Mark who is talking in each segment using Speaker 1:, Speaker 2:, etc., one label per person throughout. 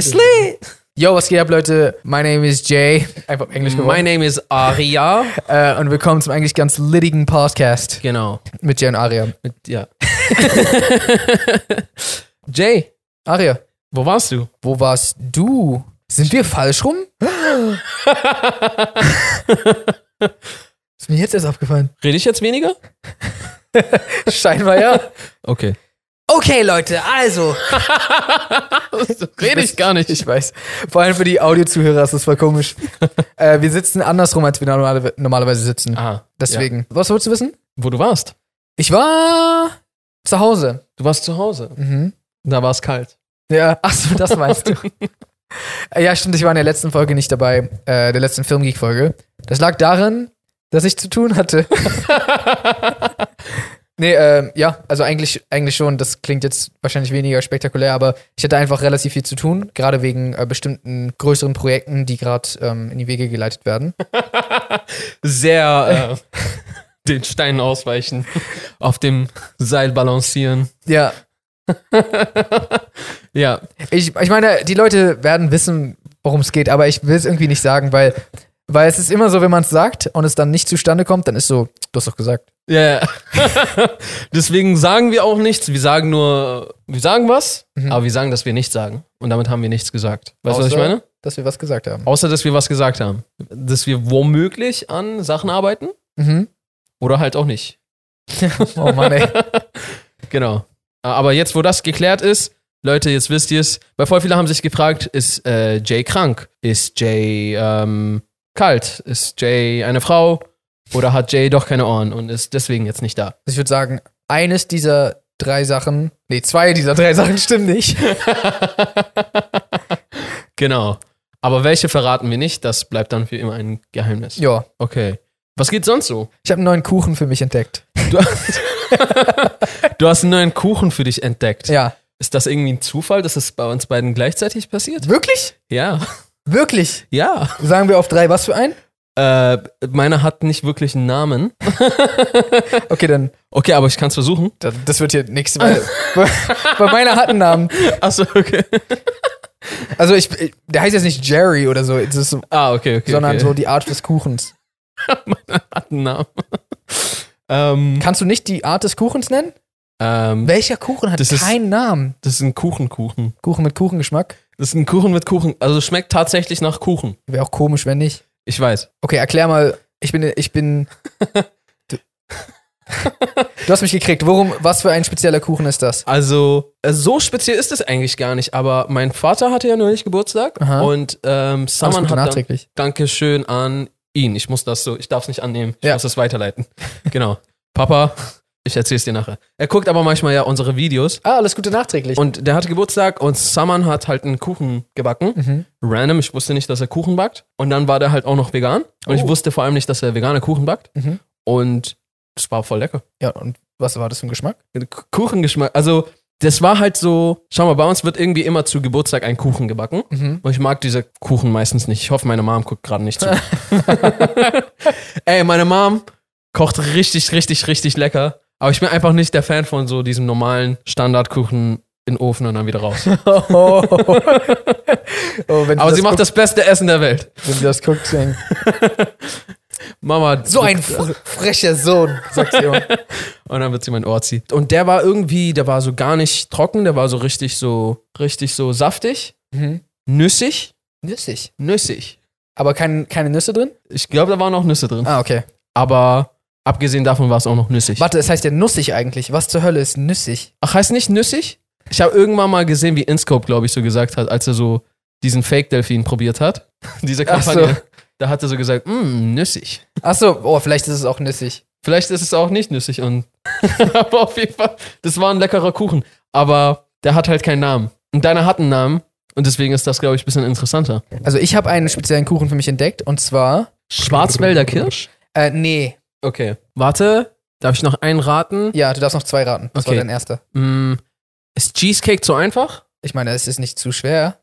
Speaker 1: Slay! Yo, was geht ab, Leute? My name is Jay. Einfach auf Englisch
Speaker 2: My
Speaker 1: geworden.
Speaker 2: name is Aria.
Speaker 1: äh, und willkommen zum eigentlich ganz littigen Podcast
Speaker 2: genau.
Speaker 1: mit Jay und Aria.
Speaker 2: Mit- Ja. Jay,
Speaker 1: Aria,
Speaker 2: wo warst du?
Speaker 1: wo warst du? Sind wir falsch rum? Ist mir jetzt erst aufgefallen.
Speaker 2: Rede ich jetzt weniger?
Speaker 1: Scheinbar ja.
Speaker 2: Okay.
Speaker 1: Okay, Leute, also.
Speaker 2: Rede ich gar nicht.
Speaker 1: Ich weiß. Vor allem für die Audio-Zuhörer ist das voll komisch. äh, wir sitzen andersrum, als wir normale, normalerweise sitzen.
Speaker 2: Aha. Ah, Ja.
Speaker 1: Deswegen. Was wolltest du wissen?
Speaker 2: Wo du warst?
Speaker 1: Ich war zu Hause.
Speaker 2: Du warst zu Hause.
Speaker 1: Mhm.
Speaker 2: Da war es kalt.
Speaker 1: Ja, ach so, das meinst du. Äh, ja, stimmt, ich war in der letzten Folge nicht dabei, äh, der letzten Filmgeek-Folge. Das lag darin, dass ich zu tun hatte. nee, ähm, ja, also eigentlich, eigentlich schon. Das klingt jetzt wahrscheinlich weniger spektakulär, aber ich hatte einfach relativ viel zu tun, gerade wegen äh, bestimmten größeren Projekten, die gerade ähm, in die Wege geleitet werden.
Speaker 2: Sehr äh, den Steinen ausweichen, auf dem Seil balancieren.
Speaker 1: Ja,
Speaker 2: Ja.
Speaker 1: Ich, ich meine, die Leute werden wissen, worum es geht, aber ich will es irgendwie nicht sagen, weil, weil es ist immer so, wenn man es sagt und es dann nicht zustande kommt, dann ist so, du hast doch gesagt.
Speaker 2: Ja. Deswegen sagen wir auch nichts. Wir sagen nur, wir sagen was, aber wir sagen, dass wir nichts sagen. Und damit haben wir nichts gesagt. Weißt du, was ich
Speaker 1: Außer,
Speaker 2: meine?
Speaker 1: Dass wir was gesagt haben.
Speaker 2: Außer, dass wir was gesagt haben. Dass wir womöglich an Sachen arbeiten
Speaker 1: Mhm.
Speaker 2: oder halt auch nicht.
Speaker 1: Oh Mann, ey.
Speaker 2: Genau. Aber jetzt, wo das geklärt ist, Leute, jetzt wisst ihr es. Weil voll viele haben sich gefragt, ist äh, Jay krank? Ist Jay ähm, kalt? Ist Jay eine Frau? Oder hat Jay doch keine Ohren und ist deswegen jetzt nicht da?
Speaker 1: Ich würde sagen, eines dieser drei Sachen, nee, zwei dieser drei Sachen stimmen nicht.
Speaker 2: Genau. Aber welche verraten wir nicht, das bleibt dann für immer ein Geheimnis.
Speaker 1: Ja.
Speaker 2: Okay. Was geht sonst so?
Speaker 1: Ich habe einen neuen Kuchen für mich entdeckt.
Speaker 2: Du hast einen neuen Kuchen für dich entdeckt.
Speaker 1: Ja.
Speaker 2: Ist das irgendwie ein Zufall, dass es bei uns beiden gleichzeitig
Speaker 1: Mhm.
Speaker 2: passiert?
Speaker 1: Wirklich?
Speaker 2: Ja.
Speaker 1: Wirklich?
Speaker 2: Ja.
Speaker 1: Sagen wir auf drei was für einen?
Speaker 2: Äh, meiner hat nicht wirklich einen Namen.
Speaker 1: Okay, dann,
Speaker 2: Okay, aber ich kann es versuchen.
Speaker 1: das- das wird hier nichts, weil, bei meiner hat einen Namen.
Speaker 2: Achso, okay.
Speaker 1: Also ich, ich- der heißt jetzt nicht Jerry oder so, es ist,
Speaker 2: Ah, okay, okay.
Speaker 1: sondern
Speaker 2: okay.
Speaker 1: so die Art des Kuchens.
Speaker 2: hat einen Namen. ähm,
Speaker 1: Kannst du nicht die Art des Kuchens nennen?
Speaker 2: ähm,
Speaker 1: Welcher Kuchen hat
Speaker 2: Das ist-
Speaker 1: keinen Namen?
Speaker 2: das ist ein Kuchenkuchen.
Speaker 1: Kuchen mit Kuchengeschmack?
Speaker 2: Das ist ein Kuchen mit Kuchen. Also schmeckt tatsächlich nach Kuchen.
Speaker 1: Wäre auch komisch, wenn nicht.
Speaker 2: Ich weiß.
Speaker 1: Okay, erklär mal. Ich bin, ich bin. Du, du hast mich gekriegt. Worum, was für ein spezieller Kuchen ist das?
Speaker 2: Also, äh, so speziell ist es eigentlich gar nicht, aber mein Vater hatte ja neulich Geburtstag
Speaker 1: Aha.
Speaker 2: und ähm,
Speaker 1: Alles
Speaker 2: Saman
Speaker 1: Gute
Speaker 2: hat dann,
Speaker 1: nachträglich.
Speaker 2: Dankeschön an ihn. Ich muss das so, ich darf es nicht annehmen. Ich
Speaker 1: Ja.
Speaker 2: muss es weiterleiten. genau. Papa, ich erzähl's dir nachher. Er guckt aber manchmal ja unsere Videos
Speaker 1: Ah, alles Gute nachträglich.
Speaker 2: und der hatte Geburtstag und Saman hat halt einen Kuchen gebacken.
Speaker 1: mhm.
Speaker 2: Random, ich wusste nicht, dass er Kuchen backt. Und dann war der halt auch noch vegan. Und ich
Speaker 1: Oh.
Speaker 2: wusste vor allem nicht, dass er vegane Kuchen backt.
Speaker 1: Mhm.
Speaker 2: Und es war voll lecker.
Speaker 1: Ja, und was war das für ein Geschmack?
Speaker 2: K- Kuchengeschmack. Also, das war halt so, schau mal, bei uns wird irgendwie immer zu Geburtstag ein Kuchen gebacken.
Speaker 1: Mhm.
Speaker 2: Und ich mag diese Kuchen meistens nicht. Ich hoffe, meine Mom guckt gerade nicht zu. Ey, meine Mom kocht richtig, richtig, richtig lecker. Aber ich bin einfach nicht der Fan von so diesem normalen Standardkuchen in den Ofen und dann wieder raus.
Speaker 1: Oh, wenn
Speaker 2: Aber
Speaker 1: das
Speaker 2: sie macht
Speaker 1: guckt,
Speaker 2: das beste Essen der Welt.
Speaker 1: Wenn sie das guckt, dann-
Speaker 2: Mama.
Speaker 1: So ein fr frecher Sohn, sagt sie immer.
Speaker 2: Und dann wird sie mein Ohr ziehen. Und der war irgendwie, der war so gar nicht trocken, der war so richtig so, richtig so saftig,
Speaker 1: Mhm.
Speaker 2: nüssig,
Speaker 1: Nüssig.
Speaker 2: nüssig.
Speaker 1: Aber kein, keine Nüsse drin?
Speaker 2: Ich glaube, da waren auch Nüsse drin.
Speaker 1: Ah, okay.
Speaker 2: Aber abgesehen davon war es auch noch nüssig.
Speaker 1: Warte, es heißt ja nussig eigentlich. Was zur Hölle ist nüssig?
Speaker 2: Ach, heißt nicht nüssig? Ich habe irgendwann mal gesehen, wie Inscope, glaube ich, so gesagt hat, als er so diesen Fake-Delfin probiert hat. Diese
Speaker 1: Ach so.
Speaker 2: Kampagne. Da hat er so gesagt, mh, nüssig.
Speaker 1: Achso, oh, vielleicht ist es auch nüssig.
Speaker 2: Vielleicht ist es auch nicht nüssig und. aber auf jeden Fall, das war ein leckerer Kuchen. Aber der hat halt keinen Namen. Und deiner hat einen Namen. Und deswegen ist das, glaube ich, ein bisschen interessanter.
Speaker 1: Also ich habe einen speziellen Kuchen für mich entdeckt und zwar.
Speaker 2: Schwarzwälder Kirsch?
Speaker 1: Äh, nee.
Speaker 2: Okay. Warte, darf ich noch einen raten?
Speaker 1: Ja, du darfst noch zwei raten. Das
Speaker 2: Okay.
Speaker 1: war dein erster.
Speaker 2: Hm, ist Cheesecake zu einfach?
Speaker 1: Ich meine, es ist nicht zu schwer.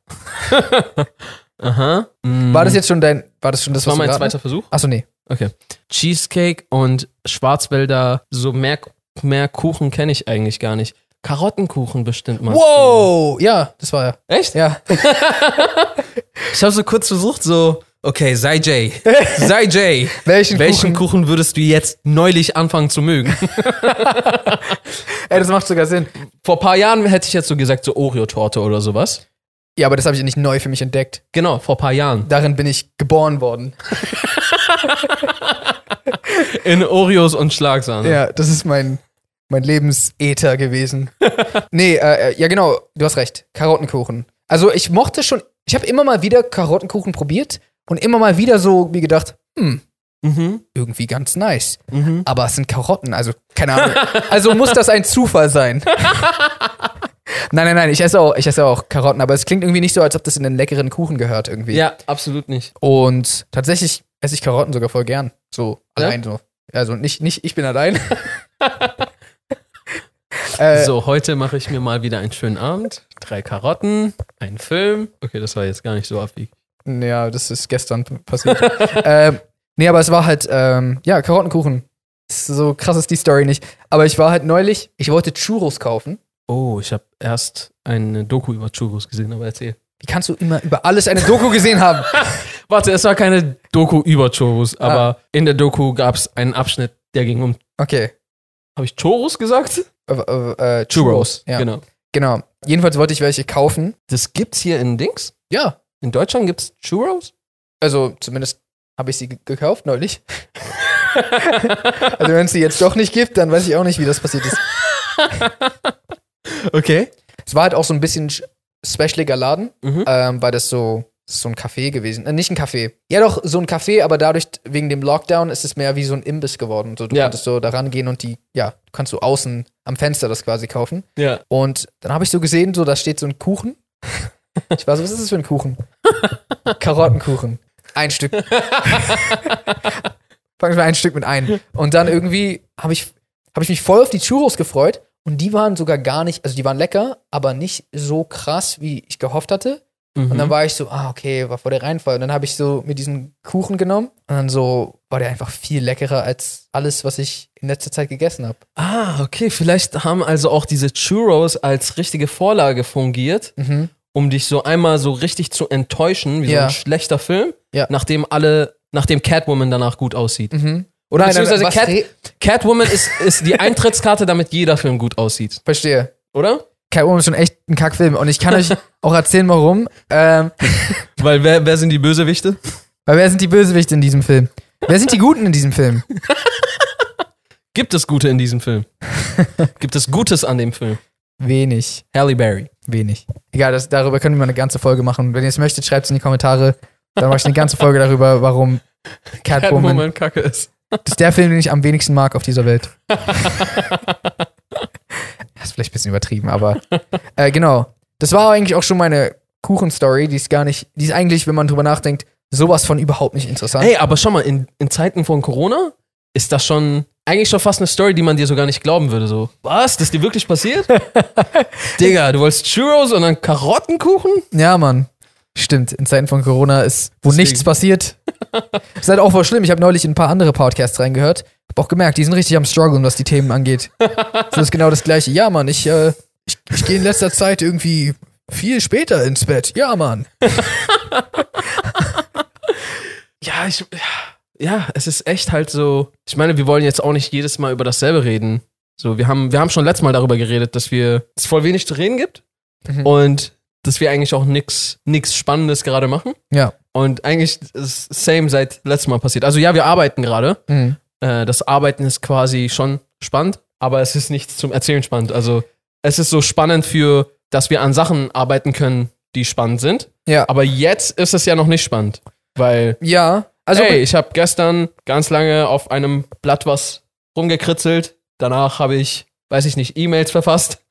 Speaker 2: Aha.
Speaker 1: War das jetzt schon dein. War das schon das,
Speaker 2: Mhm. Das war
Speaker 1: was
Speaker 2: mein
Speaker 1: du raten?
Speaker 2: zweiter Versuch.
Speaker 1: Achso, nee.
Speaker 2: Cheesecake und Schwarzwälder, so mehr, mehr Kuchen kenne ich eigentlich gar nicht. Karottenkuchen bestimmt mal.
Speaker 1: Wow! Ja, das war er.
Speaker 2: Echt?
Speaker 1: Ja.
Speaker 2: Ich habe so kurz versucht, so, okay, sei Jay. Sei Jay.
Speaker 1: Welchen,
Speaker 2: Welchen
Speaker 1: Kuchen?
Speaker 2: Kuchen würdest du jetzt neulich anfangen zu mögen?
Speaker 1: Ey, das macht sogar Sinn.
Speaker 2: Vor ein paar Jahren hätte ich jetzt so gesagt, so Oreo-Torte oder sowas.
Speaker 1: Ja, aber das habe ich nicht neu für mich entdeckt.
Speaker 2: Genau, vor ein paar Jahren.
Speaker 1: Darin bin ich geboren worden.
Speaker 2: In Oreos und Schlagsahne.
Speaker 1: Ja, das ist mein, mein Lebensäther gewesen. nee, äh, äh, ja genau, du hast recht. Karottenkuchen. Also ich mochte schon, ich habe immer mal wieder Karottenkuchen probiert und immer mal wieder so mir gedacht, hm,
Speaker 2: Mhm,
Speaker 1: irgendwie ganz nice.
Speaker 2: mhm.
Speaker 1: Aber es sind Karotten, also keine Ahnung. Also muss das ein Zufall sein. nein, nein, nein, ich esse, auch, ich esse auch Karotten, aber es klingt irgendwie nicht so, als ob das in einen leckeren Kuchen gehört irgendwie.
Speaker 2: Ja, absolut nicht.
Speaker 1: Und tatsächlich esse ich Karotten sogar voll gern. So,
Speaker 2: Ja?
Speaker 1: allein so. Also nicht, nicht ich bin allein. äh,
Speaker 2: So, heute mache ich mir mal wieder einen schönen Abend. Drei Karotten, einen Film. Okay, das war jetzt gar nicht so abwiegend.
Speaker 1: Ja, das ist gestern p- passiert. ähm, nee, aber es war halt, ähm, ja, Karottenkuchen. So krass ist die Story nicht. Aber ich war halt neulich, ich wollte Churros kaufen.
Speaker 2: Oh, ich habe erst eine Doku über Churros gesehen, aber erzähl.
Speaker 1: Wie kannst du immer über alles eine Doku gesehen haben?
Speaker 2: Warte, es war keine Doku über Churros, aber in der Doku gab es einen Abschnitt, der ging um.
Speaker 1: Okay.
Speaker 2: Habe ich Churros gesagt?
Speaker 1: Äh, äh, äh, Ja. Genau.
Speaker 2: genau.
Speaker 1: genau. Jedenfalls wollte ich welche kaufen.
Speaker 2: Das gibt's hier in Dings?
Speaker 1: Ja.
Speaker 2: In Deutschland gibt's Churros?
Speaker 1: Also zumindest habe ich sie ge- gekauft neulich. also wenn es sie jetzt doch nicht gibt, dann weiß ich auch nicht, wie das passiert ist.
Speaker 2: Okay.
Speaker 1: Es war halt auch so ein bisschen sch- specialiger Laden,
Speaker 2: Mhm.
Speaker 1: ähm, weil das so das ist so ein Café gewesen. Äh, nicht ein Café. Ja, doch, so ein Café, aber dadurch, wegen dem Lockdown, ist es mehr wie so ein Imbiss geworden. So, du
Speaker 2: Ja.
Speaker 1: konntest so da rangehen und die, ja, kannst du außen am Fenster das quasi kaufen.
Speaker 2: Ja.
Speaker 1: Und dann habe ich so gesehen, so da steht so ein Kuchen. Ich war so, was ist das für ein Kuchen? Karottenkuchen. Ein Stück. Fangen wir ein Stück mit ein. Und dann irgendwie habe ich, hab ich mich voll auf die Churros gefreut. Und die waren sogar gar nicht, also die waren lecker, aber nicht so krass, wie ich gehofft hatte. Und
Speaker 2: Mhm.
Speaker 1: dann war ich so, ah, okay, war voll der Reinfall. Und dann habe ich so mir diesen Kuchen genommen. Und dann so war der einfach viel leckerer als alles, was ich in letzter Zeit gegessen habe.
Speaker 2: ah, okay. Vielleicht haben also auch diese Churros als richtige Vorlage fungiert.
Speaker 1: Mhm.
Speaker 2: um dich so einmal so richtig zu enttäuschen, wie so
Speaker 1: Ja.
Speaker 2: ein schlechter Film,
Speaker 1: Ja.
Speaker 2: nachdem alle, nachdem Catwoman danach gut aussieht.
Speaker 1: Mhm.
Speaker 2: Oder
Speaker 1: Nein, nein,
Speaker 2: beziehungsweise
Speaker 1: was re-
Speaker 2: Cat, Catwoman ist, ist die Eintrittskarte, damit jeder Film gut aussieht,
Speaker 1: Verstehe.
Speaker 2: oder?
Speaker 1: Catwoman ist schon echt ein Kackfilm und ich kann euch auch erzählen, warum. Ähm,
Speaker 2: Weil wer, wer sind die Bösewichte?
Speaker 1: weil wer sind die Bösewichte in diesem Film? Wer sind die Guten in diesem Film?
Speaker 2: Gibt es Gute in diesem Film? Gibt es Gutes an dem Film?
Speaker 1: Wenig,
Speaker 2: Halle Berry.
Speaker 1: wenig. Egal, das, darüber können wir mal eine ganze Folge machen. Wenn ihr es möchtet, schreibt es in die Kommentare. Dann mache ich eine ganze Folge darüber, warum Catwoman,
Speaker 2: Catwoman kacke ist.
Speaker 1: das ist der Film, den ich am wenigsten mag auf dieser Welt. Das ist vielleicht ein bisschen übertrieben, aber äh, genau. Das war eigentlich auch schon meine Kuchen-Story, die ist gar nicht, die ist eigentlich, wenn man drüber nachdenkt, sowas von überhaupt nicht interessant.
Speaker 2: Hey, aber schau mal, in, in Zeiten von Corona ist das schon eigentlich schon fast eine Story, die man dir so gar nicht glauben würde. So, was? Das ist dir wirklich passiert? Digga, du wolltest Churros und dann Karottenkuchen?
Speaker 1: Ja, Mann. Stimmt, in Zeiten von Corona ist, wo
Speaker 2: Deswegen.
Speaker 1: nichts passiert. ist halt auch voll schlimm. Ich habe neulich in ein paar andere Podcasts reingehört. Hab auch gemerkt, die sind richtig am Struggeln, was die Themen angeht. das ist genau das Gleiche. Ja, Mann, ich, äh, ich, ich gehe in letzter Zeit irgendwie viel später ins Bett. Ja, Mann.
Speaker 2: Ja, ich. Ja, es ist echt halt so. Ich meine, wir wollen jetzt auch nicht jedes Mal über dasselbe reden. So, wir haben, wir haben schon letztes Mal darüber geredet, dass wir es voll wenig zu reden gibt
Speaker 1: Mhm.
Speaker 2: und dass wir eigentlich auch nichts nix Spannendes gerade machen.
Speaker 1: Ja.
Speaker 2: Und eigentlich ist same seit letztem Mal passiert. Also ja, wir arbeiten gerade.
Speaker 1: Mhm.
Speaker 2: Äh, das Arbeiten ist quasi schon spannend, aber es ist nichts zum Erzählen spannend. Also es ist so spannend für, dass wir an Sachen arbeiten können, die spannend sind.
Speaker 1: Ja.
Speaker 2: Aber jetzt ist es ja noch nicht spannend, weil
Speaker 1: Ja. Also,
Speaker 2: also, hey, ich habe gestern ganz lange auf einem Blatt was rumgekritzelt. Danach habe ich, weiß ich nicht, E-Mails verfasst.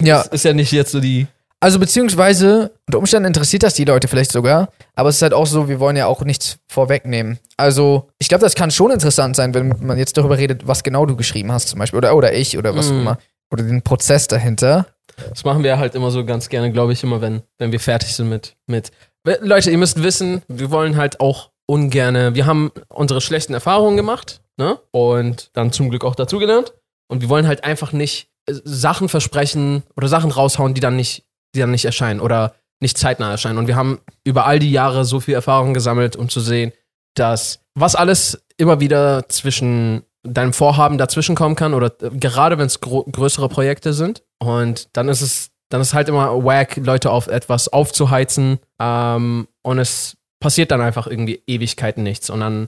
Speaker 1: ja.
Speaker 2: Das ist ja nicht jetzt so die.
Speaker 1: Also beziehungsweise, unter Umständen interessiert das die Leute vielleicht sogar, aber es ist halt auch so, wir wollen ja auch nichts vorwegnehmen. Also, ich glaube, das kann schon interessant sein, wenn man jetzt darüber redet, was genau du geschrieben hast zum Beispiel, oder, oder ich, oder was
Speaker 2: Mm.
Speaker 1: auch immer. Oder den Prozess dahinter.
Speaker 2: Das machen wir halt immer so ganz gerne, glaube ich, immer, wenn, wenn wir fertig sind mit, mit. We- Leute, ihr müsst wissen, wir wollen halt auch ungerne. Wir haben unsere schlechten Erfahrungen gemacht, ne? Und dann zum Glück auch dazugelernt. Und wir wollen halt einfach nicht äh, Sachen versprechen oder Sachen raushauen, die dann nicht, die dann nicht erscheinen oder nicht zeitnah erscheinen. Und wir haben über all die Jahre so viel Erfahrung gesammelt, um zu sehen, dass was alles immer wieder zwischen deinem Vorhaben dazwischen kommen kann oder äh, gerade wenn es gro- größere Projekte sind. Und dann ist es, dann ist halt immer wack, Leute auf etwas aufzuheizen ähm, und es passiert dann einfach irgendwie Ewigkeiten nichts. Und dann,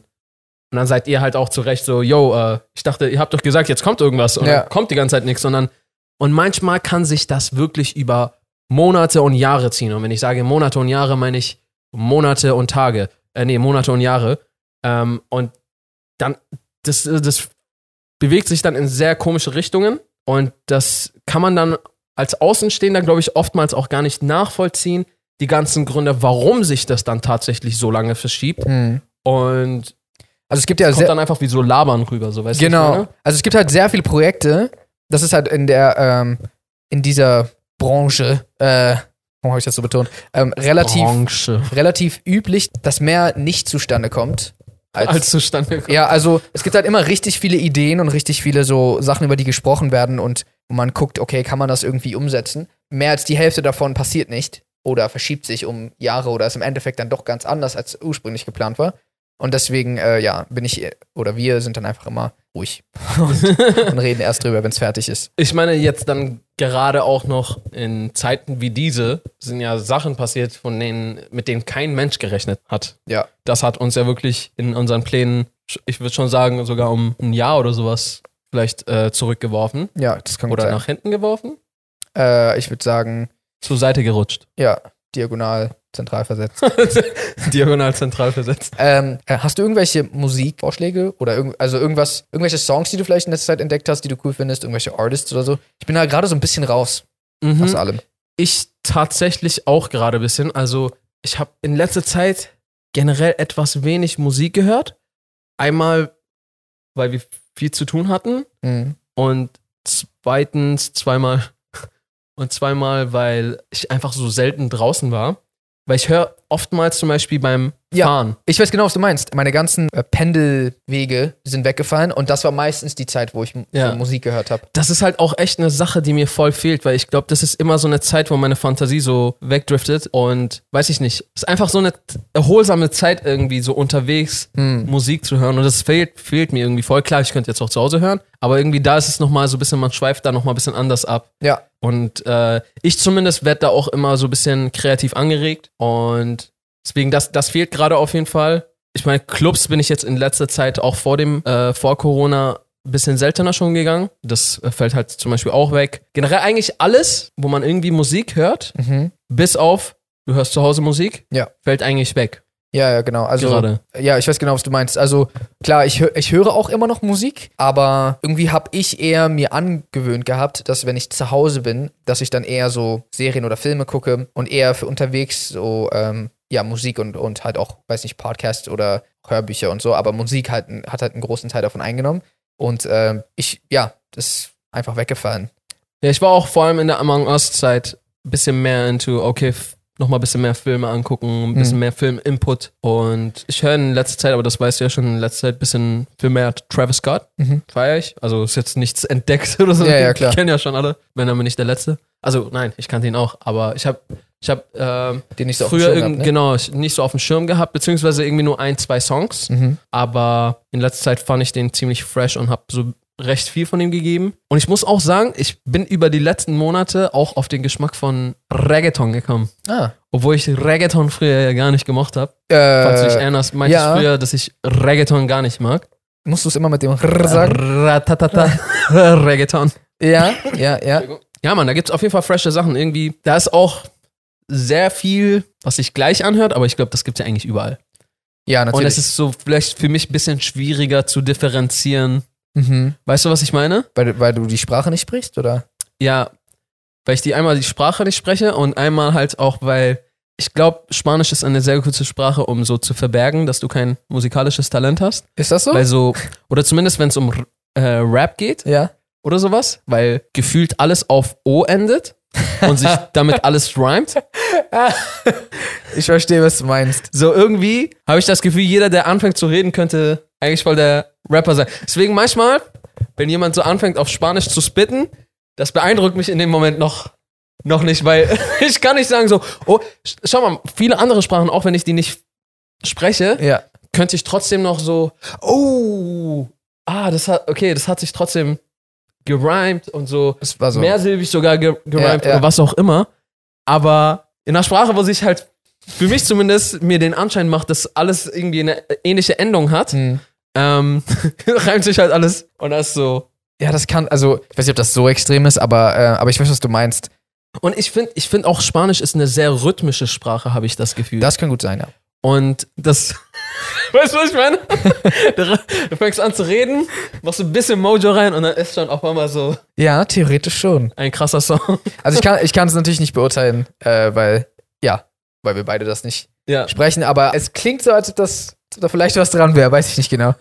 Speaker 2: und dann seid ihr halt auch zu Recht so, yo, äh, ich dachte, ihr habt doch gesagt, jetzt kommt irgendwas und
Speaker 1: Ja.
Speaker 2: dann kommt die ganze Zeit nichts. Und, dann, und manchmal kann sich das wirklich über Monate und Jahre ziehen. Und wenn ich sage Monate und Jahre, meine ich Monate und Tage. Äh, nee, Monate und Jahre. Ähm, und dann, das, das bewegt sich dann in sehr komische Richtungen. Und das kann man dann als Außenstehender, glaube ich, oftmals auch gar nicht nachvollziehen, die ganzen Gründe, warum sich das dann tatsächlich so lange verschiebt.
Speaker 1: Hm.
Speaker 2: Und
Speaker 1: Also es gibt ja
Speaker 2: Mhm. kommt
Speaker 1: sehr,
Speaker 2: dann ne? einfach wie so labern rüber, so weißt du? was ich
Speaker 1: genau.
Speaker 2: meine?
Speaker 1: Also es gibt halt sehr viele Projekte. Das ist halt in der ähm, in dieser Branche, äh, warum habe ich das so betont? Ähm, relativ
Speaker 2: Branche.
Speaker 1: relativ üblich, dass mehr nicht zustande kommt. Als,
Speaker 2: Als zustande kommt.
Speaker 1: ja, also es gibt halt immer richtig viele Ideen und richtig viele so Sachen, über die gesprochen werden und man guckt, okay, kann man das irgendwie umsetzen? Mehr als die Hälfte davon passiert nicht oder verschiebt sich um Jahre oder ist im Endeffekt dann doch ganz anders, als ursprünglich geplant war. Und deswegen, äh, ja, bin ich oder wir sind dann einfach immer ruhig und, und reden erst drüber, wenn es fertig ist.
Speaker 2: Ich meine, jetzt dann gerade auch noch in Zeiten wie diese sind ja Sachen passiert, von denen, mit denen kein Mensch gerechnet hat.
Speaker 1: Ja.
Speaker 2: Das hat uns ja wirklich in unseren Plänen, ich würde schon sagen, sogar um ein Jahr oder sowas vielleicht äh, zurückgeworfen.
Speaker 1: Ja, das kann gut
Speaker 2: Oder
Speaker 1: sein.
Speaker 2: nach hinten geworfen.
Speaker 1: Äh, ich würde sagen,
Speaker 2: Zur Seite gerutscht.
Speaker 1: ja, diagonal, zentral versetzt.
Speaker 2: Diagonal zentral versetzt.
Speaker 1: Ähm, äh, hast du irgendwelche Musikvorschläge oder irgend, also irgendwas, irgendwelche Songs, die du vielleicht in letzter Zeit entdeckt hast, die du cool findest, irgendwelche Artists oder so? Ich bin da gerade so ein bisschen raus aus
Speaker 2: Mhm.
Speaker 1: allem.
Speaker 2: Ich tatsächlich auch gerade ein bisschen. Also, ich habe in letzter Zeit generell etwas wenig Musik gehört. Einmal, weil wir viel zu tun hatten.
Speaker 1: Mhm.
Speaker 2: Und zweitens, zweimal. Und zweimal, weil ich einfach so selten draußen war. Weil ich höre oftmals zum Beispiel beim
Speaker 1: Ja.
Speaker 2: Fahren.
Speaker 1: Ich weiß genau, was du meinst. Meine ganzen äh, Pendelwege sind weggefallen und das war meistens die Zeit, wo ich m-
Speaker 2: Ja.
Speaker 1: so Musik gehört habe.
Speaker 2: Das ist halt auch echt eine Sache, die mir voll fehlt, weil ich glaube, das ist immer so eine Zeit, wo meine Fantasie so wegdriftet und weiß ich nicht. Es ist einfach so eine t- erholsame Zeit irgendwie so unterwegs
Speaker 1: Mhm.
Speaker 2: Musik zu hören und das fehlt, fehlt mir irgendwie voll. Klar, ich könnte jetzt auch zu Hause hören, aber irgendwie da ist es nochmal so ein bisschen, man schweift da nochmal ein bisschen anders ab.
Speaker 1: Ja,
Speaker 2: Und äh, ich zumindest werde da auch immer so ein bisschen kreativ angeregt. Und deswegen, das, das fehlt gerade auf jeden Fall. Ich meine, Clubs bin ich jetzt in letzter Zeit auch vor dem, äh, vor Corona ein bisschen seltener schon gegangen. Das äh, fällt halt zum Beispiel auch weg. Generell eigentlich alles, wo man irgendwie Musik hört,
Speaker 1: mhm.
Speaker 2: bis auf, du hörst zu Hause Musik,
Speaker 1: Ja.
Speaker 2: fällt eigentlich weg.
Speaker 1: ja, ja, genau. Also
Speaker 2: gerade.
Speaker 1: Ja, ich weiß genau, was du meinst. Also klar, ich, hö- ich höre auch immer noch Musik, aber irgendwie habe ich eher mir angewöhnt gehabt, dass wenn ich zu Hause bin, dass ich dann eher so Serien oder Filme gucke und eher für unterwegs so, ähm, ja, Musik und, und halt auch, weiß nicht, Podcasts oder Hörbücher und so, aber Musik halt, n- hat halt einen großen Teil davon eingenommen. Und ähm, ich, ja, das ist einfach weggefallen.
Speaker 2: Ja, ich war auch vor allem in der Among Us-Zeit ein bisschen mehr into, okay, f- nochmal ein bisschen mehr Filme angucken, ein
Speaker 1: Mhm.
Speaker 2: bisschen mehr Film-Input. Und ich höre in letzter Zeit, aber das weißt du ja schon, in letzter Zeit ein bisschen viel mehr Travis Scott.
Speaker 1: Mhm.
Speaker 2: Feier ich. Also ist jetzt nichts entdeckt oder so.
Speaker 1: Ja, ja, klar.
Speaker 2: Ich kenne ja schon alle, wenn aber nicht der Letzte. Also nein, ich kannte ihn auch, aber ich habe ich hab, ähm,
Speaker 1: Den ich so
Speaker 2: früher
Speaker 1: auf dem Schirm
Speaker 2: irgend-
Speaker 1: hab, ne?
Speaker 2: genau, ich- nicht so auf dem Schirm gehabt, beziehungsweise irgendwie nur ein, zwei Songs
Speaker 1: Mhm.
Speaker 2: aber in letzter Zeit fand ich den ziemlich fresh und habe so recht viel von ihm gegeben. Und ich muss auch sagen, ich bin über die letzten Monate auch auf den Geschmack von Reggaeton gekommen.
Speaker 1: Ah.
Speaker 2: Obwohl ich Reggaeton früher ja gar nicht gemocht habe. Falls du dich
Speaker 1: Äh,
Speaker 2: erinnerst, meinte
Speaker 1: ja.
Speaker 2: ich früher, dass ich Reggaeton gar nicht mag.
Speaker 1: musst du es immer mit dem Rrr sagen?
Speaker 2: Ratatata. Reggaeton.
Speaker 1: Ja, ja, ja.
Speaker 2: Ja, Mann, da gibt's auf jeden Fall frische Sachen. Irgendwie, da ist auch sehr viel, was sich gleich anhört, aber ich glaube, das gibt's ja eigentlich überall.
Speaker 1: Ja, natürlich.
Speaker 2: Und es ist so vielleicht für mich ein bisschen schwieriger zu differenzieren.
Speaker 1: mhm.
Speaker 2: Weißt du, was ich meine?
Speaker 1: weil, weil du die Sprache nicht sprichst, oder?
Speaker 2: Ja, weil ich die einmal die Sprache nicht spreche und einmal halt auch, weil ich glaube, Spanisch ist eine sehr gute Sprache, um so zu verbergen, dass du kein musikalisches Talent hast.
Speaker 1: Ist das so?
Speaker 2: Weil so, oder zumindest wenn es um R- äh, Rap geht
Speaker 1: ja.
Speaker 2: oder sowas, weil gefühlt alles auf O endet und sich damit alles rhymt.
Speaker 1: Ich verstehe, was du meinst.
Speaker 2: So irgendwie habe ich das Gefühl, jeder, der anfängt zu reden, könnte eigentlich voll der Rapper sein. Deswegen manchmal, wenn jemand so anfängt, auf Spanisch zu spitten, das beeindruckt mich in dem Moment noch, noch nicht, weil ich kann nicht sagen so, oh, sch- schau mal, viele andere Sprachen, auch wenn ich die nicht spreche,
Speaker 1: Ja.
Speaker 2: könnte ich trotzdem noch so, oh, ah, das hat, okay, das hat sich trotzdem gerimt und so,
Speaker 1: Das war so.
Speaker 2: mehrsilbig sogar ge gerimt
Speaker 1: Ja, ja.
Speaker 2: oder was auch immer. Aber in einer Sprache, wo sich halt für mich zumindest mir den Anschein macht, dass alles irgendwie eine ähnliche Endung hat,
Speaker 1: Hm.
Speaker 2: ähm, reimt sich halt alles und das ist so.
Speaker 1: Ja, das kann, also, ich weiß nicht, ob das so extrem ist, aber, äh, aber ich weiß, was du meinst.
Speaker 2: Und ich finde ich find auch Spanisch ist eine sehr rhythmische Sprache, habe ich das Gefühl.
Speaker 1: Das kann gut sein, ja.
Speaker 2: Und das. weißt du, was ich meine? du fängst an zu reden, machst ein bisschen Mojo rein und dann ist schon auf einmal so
Speaker 1: Ja, theoretisch schon.
Speaker 2: ein krasser Song.
Speaker 1: Also ich kann ich kann es natürlich nicht beurteilen, äh, weil, ja, weil wir beide das nicht
Speaker 2: ja.
Speaker 1: sprechen, aber es klingt so, als ob das ob da vielleicht was dran wäre, weiß ich nicht genau.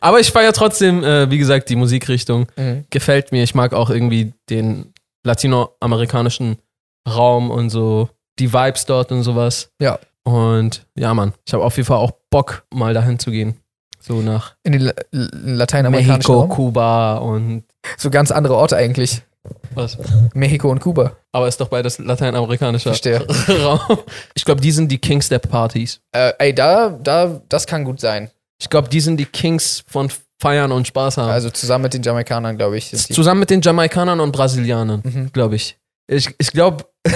Speaker 2: Aber ich feiere trotzdem, äh, wie gesagt, die Musikrichtung.
Speaker 1: Mhm.
Speaker 2: Gefällt mir. Ich mag auch irgendwie den latinoamerikanischen Raum und so die Vibes dort und sowas.
Speaker 1: Ja.
Speaker 2: Und ja, Mann, ich habe auf jeden Fall auch Bock, mal dahin zu gehen. So nach
Speaker 1: In den La L- lateinamerikanischen
Speaker 2: Mexiko,
Speaker 1: Raum.
Speaker 2: Kuba und
Speaker 1: So ganz andere Orte eigentlich.
Speaker 2: was.
Speaker 1: Mexiko und Kuba.
Speaker 2: Aber ist doch beides lateinamerikanischer
Speaker 1: Verstehe.
Speaker 2: Raum. Ich glaube, die sind die Kings der Partys.
Speaker 1: Äh, ey, da, da, das kann gut sein.
Speaker 2: Ich glaube, die sind die Kings von Feiern und Spaß haben.
Speaker 1: Also zusammen mit den Jamaikanern, glaube ich. sind die-
Speaker 2: Zusammen mit den Jamaikanern und Brasilianern,
Speaker 1: Mhm.
Speaker 2: glaube ich. Ich, ich glaube, es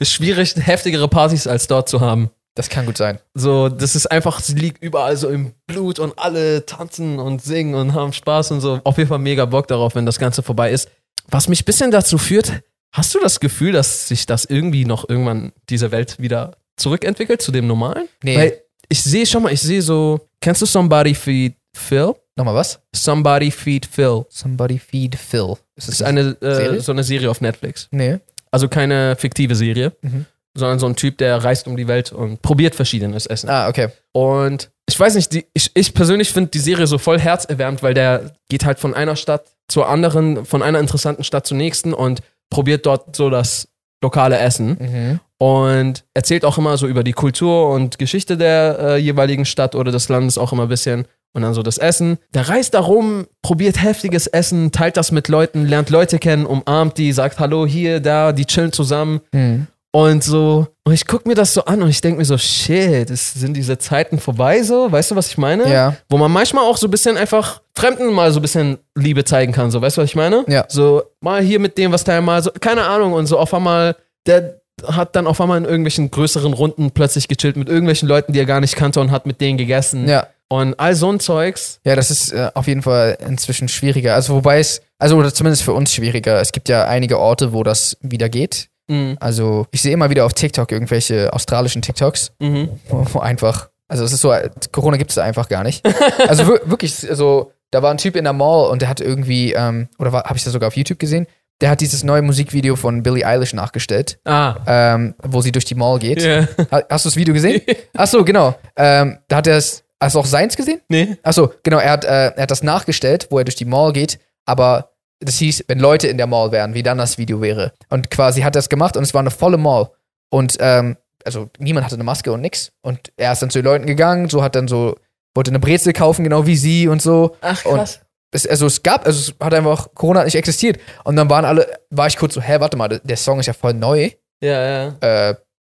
Speaker 2: ist schwierig, heftigere Partys als dort zu haben.
Speaker 1: Das kann gut sein.
Speaker 2: So, das ist einfach, sie liegt überall so im Blut und alle tanzen und singen und haben Spaß und so. Auf jeden Fall mega Bock darauf, wenn das Ganze vorbei ist. Was mich ein bisschen dazu führt, hast du das Gefühl, dass sich das irgendwie noch irgendwann diese Welt wieder zurückentwickelt zu dem Normalen?
Speaker 1: Nee.
Speaker 2: Weil ich sehe schon mal, ich sehe so, kennst du Somebody Feed Phil?
Speaker 1: Nochmal was?
Speaker 2: Somebody Feed Phil.
Speaker 1: Somebody feed Phil. Ist
Speaker 2: Das ist eine, äh,
Speaker 1: Serie?
Speaker 2: so eine Serie auf Netflix.
Speaker 1: Nee.
Speaker 2: Also keine fiktive Serie,
Speaker 1: Mhm.
Speaker 2: sondern so ein Typ, der reist um die Welt und probiert verschiedenes Essen.
Speaker 1: Ah, okay.
Speaker 2: Und ich weiß nicht, die, ich, ich persönlich finde die Serie so voll herzerwärmend, weil der geht halt von einer Stadt zur anderen, von einer interessanten Stadt zur nächsten und probiert dort so das lokale Essen
Speaker 1: Mhm.
Speaker 2: und erzählt auch immer so über die Kultur und Geschichte der äh, jeweiligen Stadt oder des Landes auch immer ein bisschen. Und dann so das Essen. Der reist da rum, probiert heftiges Essen, teilt das mit Leuten, lernt Leute kennen, umarmt die, sagt Hallo hier, da, die chillen zusammen.
Speaker 1: Mhm.
Speaker 2: Und so, und ich gucke mir das so an und ich denke mir so, shit, es sind diese Zeiten vorbei so, weißt du, was ich meine?
Speaker 1: Ja.
Speaker 2: Wo man manchmal auch so ein bisschen einfach Fremden mal so ein bisschen Liebe zeigen kann, so, weißt du, was ich meine?
Speaker 1: Ja.
Speaker 2: So, mal hier mit dem was teilen, mal so, keine Ahnung, und so auf einmal, der hat dann auf einmal in irgendwelchen größeren Runden plötzlich gechillt mit irgendwelchen Leuten, die er gar nicht kannte und hat mit denen gegessen.
Speaker 1: Ja.
Speaker 2: Und all so ein Zeugs.
Speaker 1: Ja, das ist äh, auf jeden Fall inzwischen schwieriger. Also wobei es, also oder zumindest für uns schwieriger. Es gibt ja einige Orte, wo das wieder geht.
Speaker 2: Mhm.
Speaker 1: Also ich sehe immer wieder auf TikTok irgendwelche australischen TikToks,
Speaker 2: Mhm.
Speaker 1: wo wo einfach, also es ist so, äh, Corona gibt es einfach gar nicht. Also wir- wirklich, so, da war ein Typ in der Mall und der hat irgendwie, ähm, oder habe ich das sogar auf YouTube gesehen, der hat dieses neue Musikvideo von Billie Eilish nachgestellt,
Speaker 2: Ah.
Speaker 1: ähm, wo sie durch die Mall geht.
Speaker 2: Ja.
Speaker 1: Ha- Hast du das Video gesehen? Ach so, genau. Ähm, da hat er es, hast du auch seins gesehen?
Speaker 2: Nee.
Speaker 1: Achso, genau, er hat, äh, er hat das nachgestellt, wo er durch die Mall geht, aber das hieß, wenn Leute in der Mall wären, wie dann das Video wäre. Und quasi hat er es gemacht und es war eine volle Mall. Und ähm, also niemand hatte eine Maske und nix. Und er ist dann zu den Leuten gegangen, so hat dann so, wollte eine Brezel kaufen, genau wie sie und so.
Speaker 2: Ach,
Speaker 1: Und
Speaker 2: krass.
Speaker 1: Es, also es gab, also es hat einfach, Corona hat nicht existiert. Und dann waren alle, war ich kurz so, hä, warte mal, der- der Song ist ja voll neu
Speaker 2: ja, ja.
Speaker 1: äh,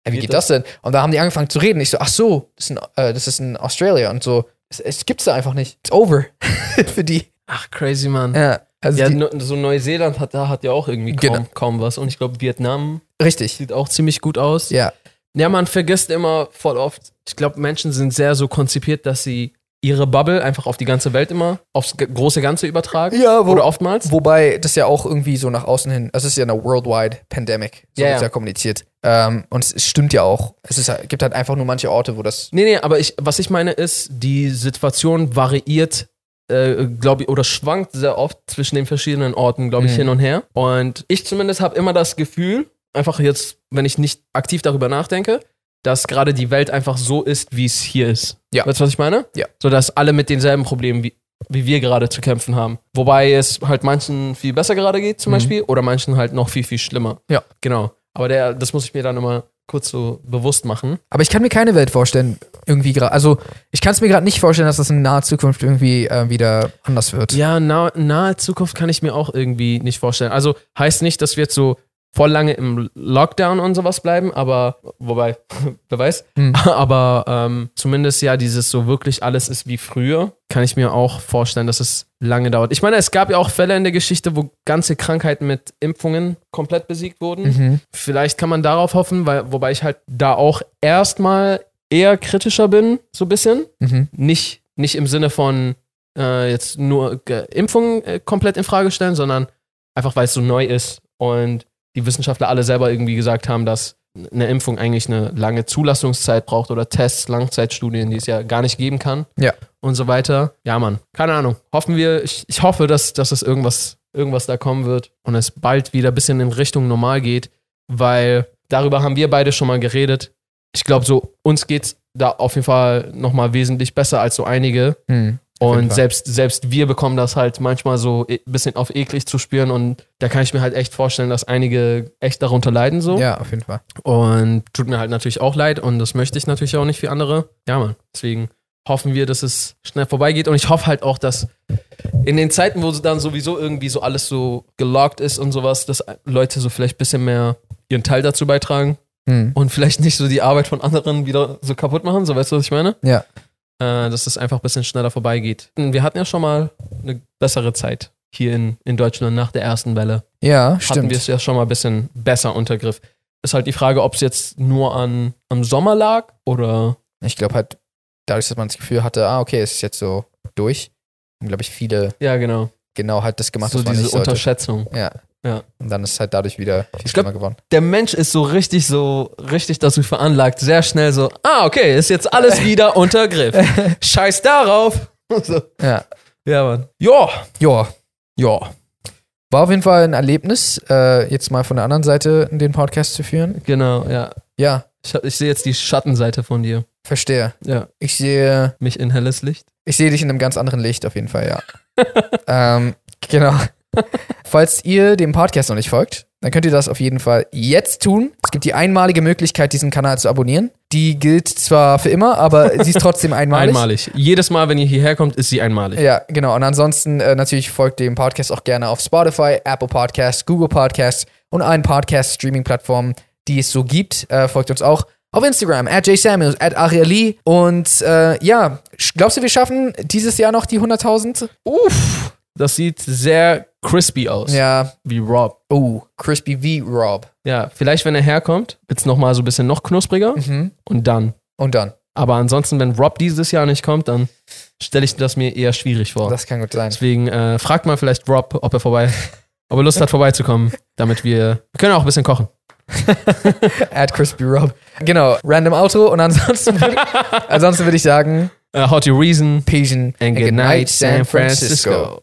Speaker 1: wie geht, das denn? Und da haben die angefangen zu reden. Ich so, ach so, das ist ein, äh, das ist ein Australier und so. Es, es gibt's da einfach nicht. It's over für die.
Speaker 2: Ach, crazy, Mann.
Speaker 1: Ja, also
Speaker 2: Ja,
Speaker 1: die,
Speaker 2: ne- so Neuseeland hat, da hat ja auch irgendwie kaum,
Speaker 1: Genau.
Speaker 2: kaum was. Und ich glaube, Vietnam
Speaker 1: richtig.
Speaker 2: sieht auch ziemlich gut aus.
Speaker 1: Ja,
Speaker 2: Ja, man vergisst immer voll oft. Ich glaube, Menschen sind sehr so konzipiert, dass sie ihre Bubble einfach auf die ganze Welt immer, aufs g- große Ganze übertragen.
Speaker 1: Ja, wo-
Speaker 2: Oder oftmals.
Speaker 1: wobei das ja auch irgendwie so nach außen hin, das ist ja eine worldwide Pandemic, so
Speaker 2: Ja,
Speaker 1: wird's
Speaker 2: ja.
Speaker 1: ja kommuniziert. Ähm, und es, es stimmt ja auch. Es ist, gibt halt einfach nur manche Orte, wo das
Speaker 2: Nee, nee, aber ich, was ich meine ist, die Situation variiert, äh, glaube ich, oder schwankt sehr oft zwischen den verschiedenen Orten, glaube ich,
Speaker 1: Mhm.
Speaker 2: hin und her. Und ich zumindest habe immer das Gefühl, einfach jetzt, wenn ich nicht aktiv darüber nachdenke, dass gerade die Welt einfach so ist, wie es hier ist.
Speaker 1: Ja.
Speaker 2: Weißt du, was ich meine?
Speaker 1: Ja.
Speaker 2: So dass alle mit denselben Problemen wie, wie wir gerade zu kämpfen haben. Wobei es halt manchen viel besser gerade geht, zum
Speaker 1: Mhm.
Speaker 2: Beispiel, oder manchen halt noch viel, viel schlimmer.
Speaker 1: Ja.
Speaker 2: Genau. Aber der, das muss ich mir dann immer kurz so bewusst machen.
Speaker 1: Aber ich kann mir keine Welt vorstellen, irgendwie gerade. Also, ich kann es mir gerade nicht vorstellen, dass das in naher Zukunft irgendwie äh, wieder anders wird.
Speaker 2: Ja, na, nahe Zukunft kann ich mir auch irgendwie nicht vorstellen. Also heißt nicht, dass wir jetzt so voll lange im Lockdown und sowas bleiben, aber wobei, wer weiß.
Speaker 1: Hm.
Speaker 2: Aber ähm, zumindest ja, dieses so wirklich alles ist wie früher, kann ich mir auch vorstellen, dass es lange dauert. Ich meine, es gab ja auch Fälle in der Geschichte, wo ganze Krankheiten mit Impfungen komplett besiegt wurden.
Speaker 1: Mhm.
Speaker 2: Vielleicht kann man darauf hoffen, weil, wobei ich halt da auch erstmal eher kritischer bin, so ein bisschen
Speaker 1: Mhm.
Speaker 2: nicht, nicht im Sinne von äh, jetzt nur äh, Impfungen äh, komplett in Frage stellen, sondern einfach weil es so neu ist und die Wissenschaftler alle selber irgendwie gesagt haben, dass eine Impfung eigentlich eine lange Zulassungszeit braucht oder Tests, Langzeitstudien, die es ja gar nicht geben kann
Speaker 1: Ja.
Speaker 2: und so weiter. Ja, Mann, keine Ahnung. Hoffen wir, ich, ich hoffe, dass, dass es irgendwas, irgendwas da kommen wird und es bald wieder ein bisschen in Richtung normal geht, weil darüber haben wir beide schon mal geredet. Ich glaube, so uns geht's da auf jeden Fall nochmal wesentlich besser als so einige.
Speaker 1: Hm. Auf jeden
Speaker 2: Und
Speaker 1: Fall.
Speaker 2: selbst, selbst wir bekommen das halt manchmal so ein bisschen auf eklig zu spüren. Und da kann ich mir halt echt vorstellen, dass einige echt darunter leiden so.
Speaker 1: Ja, auf jeden Fall.
Speaker 2: Und tut mir halt natürlich auch leid. Und das möchte ich natürlich auch nicht für andere. Ja, Mann. Deswegen hoffen wir, dass es schnell vorbeigeht. Und ich hoffe halt auch, dass in den Zeiten, wo dann sowieso irgendwie so alles so gelockt ist und sowas, dass Leute so vielleicht ein bisschen mehr ihren Teil dazu beitragen
Speaker 1: Hm.
Speaker 2: und vielleicht nicht so die Arbeit von anderen wieder so kaputt machen, so weißt du, was ich meine?
Speaker 1: Ja.
Speaker 2: Äh, dass es einfach ein bisschen schneller vorbeigeht. Wir hatten ja schon mal eine bessere Zeit hier in, in Deutschland nach der ersten Welle.
Speaker 1: Ja,
Speaker 2: Hatten wir
Speaker 1: stimmt.
Speaker 2: es ja schon mal ein bisschen besser unter Griff. Ist halt die Frage, ob es jetzt nur an, am Sommer lag oder
Speaker 1: Ich glaube halt, dadurch, dass man das Gefühl hatte, ah, okay, es ist jetzt so durch, haben, glaube ich, viele
Speaker 2: ja genau.
Speaker 1: genau halt das gemacht,
Speaker 2: so
Speaker 1: was man
Speaker 2: diese
Speaker 1: nicht sollte.
Speaker 2: Unterschätzung.
Speaker 1: Ja.
Speaker 2: Ja.
Speaker 1: Und dann ist es halt dadurch wieder viel
Speaker 2: Ich glaub-
Speaker 1: schlimmer geworden.
Speaker 2: Der Mensch ist so richtig, so richtig dazu veranlagt, sehr schnell so, ah, okay, ist jetzt alles wieder unter Griff. Scheiß darauf. So.
Speaker 1: Ja.
Speaker 2: Ja, Mann. Ja,
Speaker 1: Ja,
Speaker 2: ja,
Speaker 1: war auf jeden Fall ein Erlebnis, äh, jetzt mal von der anderen Seite den Podcast zu führen.
Speaker 2: genau, ja.
Speaker 1: Ja,
Speaker 2: Ich, hab- ich sehe jetzt die Schattenseite von dir.
Speaker 1: verstehe.
Speaker 2: Ja.
Speaker 1: Ich sehe,
Speaker 2: Mich in helles Licht.
Speaker 1: ich sehe dich in einem ganz anderen Licht auf jeden Fall, ja. ähm, genau. Falls ihr dem Podcast noch nicht folgt, dann könnt ihr das auf jeden Fall jetzt tun. Es gibt die einmalige Möglichkeit, diesen Kanal zu abonnieren. Die gilt zwar für immer, aber sie ist trotzdem einmalig.
Speaker 2: Einmalig. Jedes Mal, wenn ihr hierher kommt, ist sie einmalig.
Speaker 1: Ja, genau. Und ansonsten äh, natürlich folgt dem Podcast auch gerne auf Spotify, Apple Podcasts, Google Podcasts und allen Podcast-Streaming-Plattformen, die es so gibt. Äh, folgt uns auch auf Instagram, at jsamuels, at ariali. Und äh, ja, sch- glaubst du, wir schaffen dieses Jahr noch die 100.000?
Speaker 2: Uff. Das sieht sehr crispy aus.
Speaker 1: Ja.
Speaker 2: Wie Rob.
Speaker 1: Oh, Crispy V Rob.
Speaker 2: Ja, vielleicht, wenn er herkommt, wird's noch nochmal so ein bisschen noch knuspriger
Speaker 1: Mhm.
Speaker 2: und dann.
Speaker 1: Und dann.
Speaker 2: Aber ansonsten, wenn Rob dieses Jahr nicht kommt, dann stelle ich das mir eher schwierig vor.
Speaker 1: Das kann gut sein.
Speaker 2: Deswegen äh, fragt mal vielleicht Rob, ob er vorbei, ob er Lust hat, vorbeizukommen, damit wir. Wir können auch ein bisschen kochen.
Speaker 1: At Crispy Rob. Genau. Random Outro. Und ansonsten würde ansonsten würd ich sagen,
Speaker 2: Äh, how to reason
Speaker 1: Pigeon
Speaker 2: and good night, San Francisco.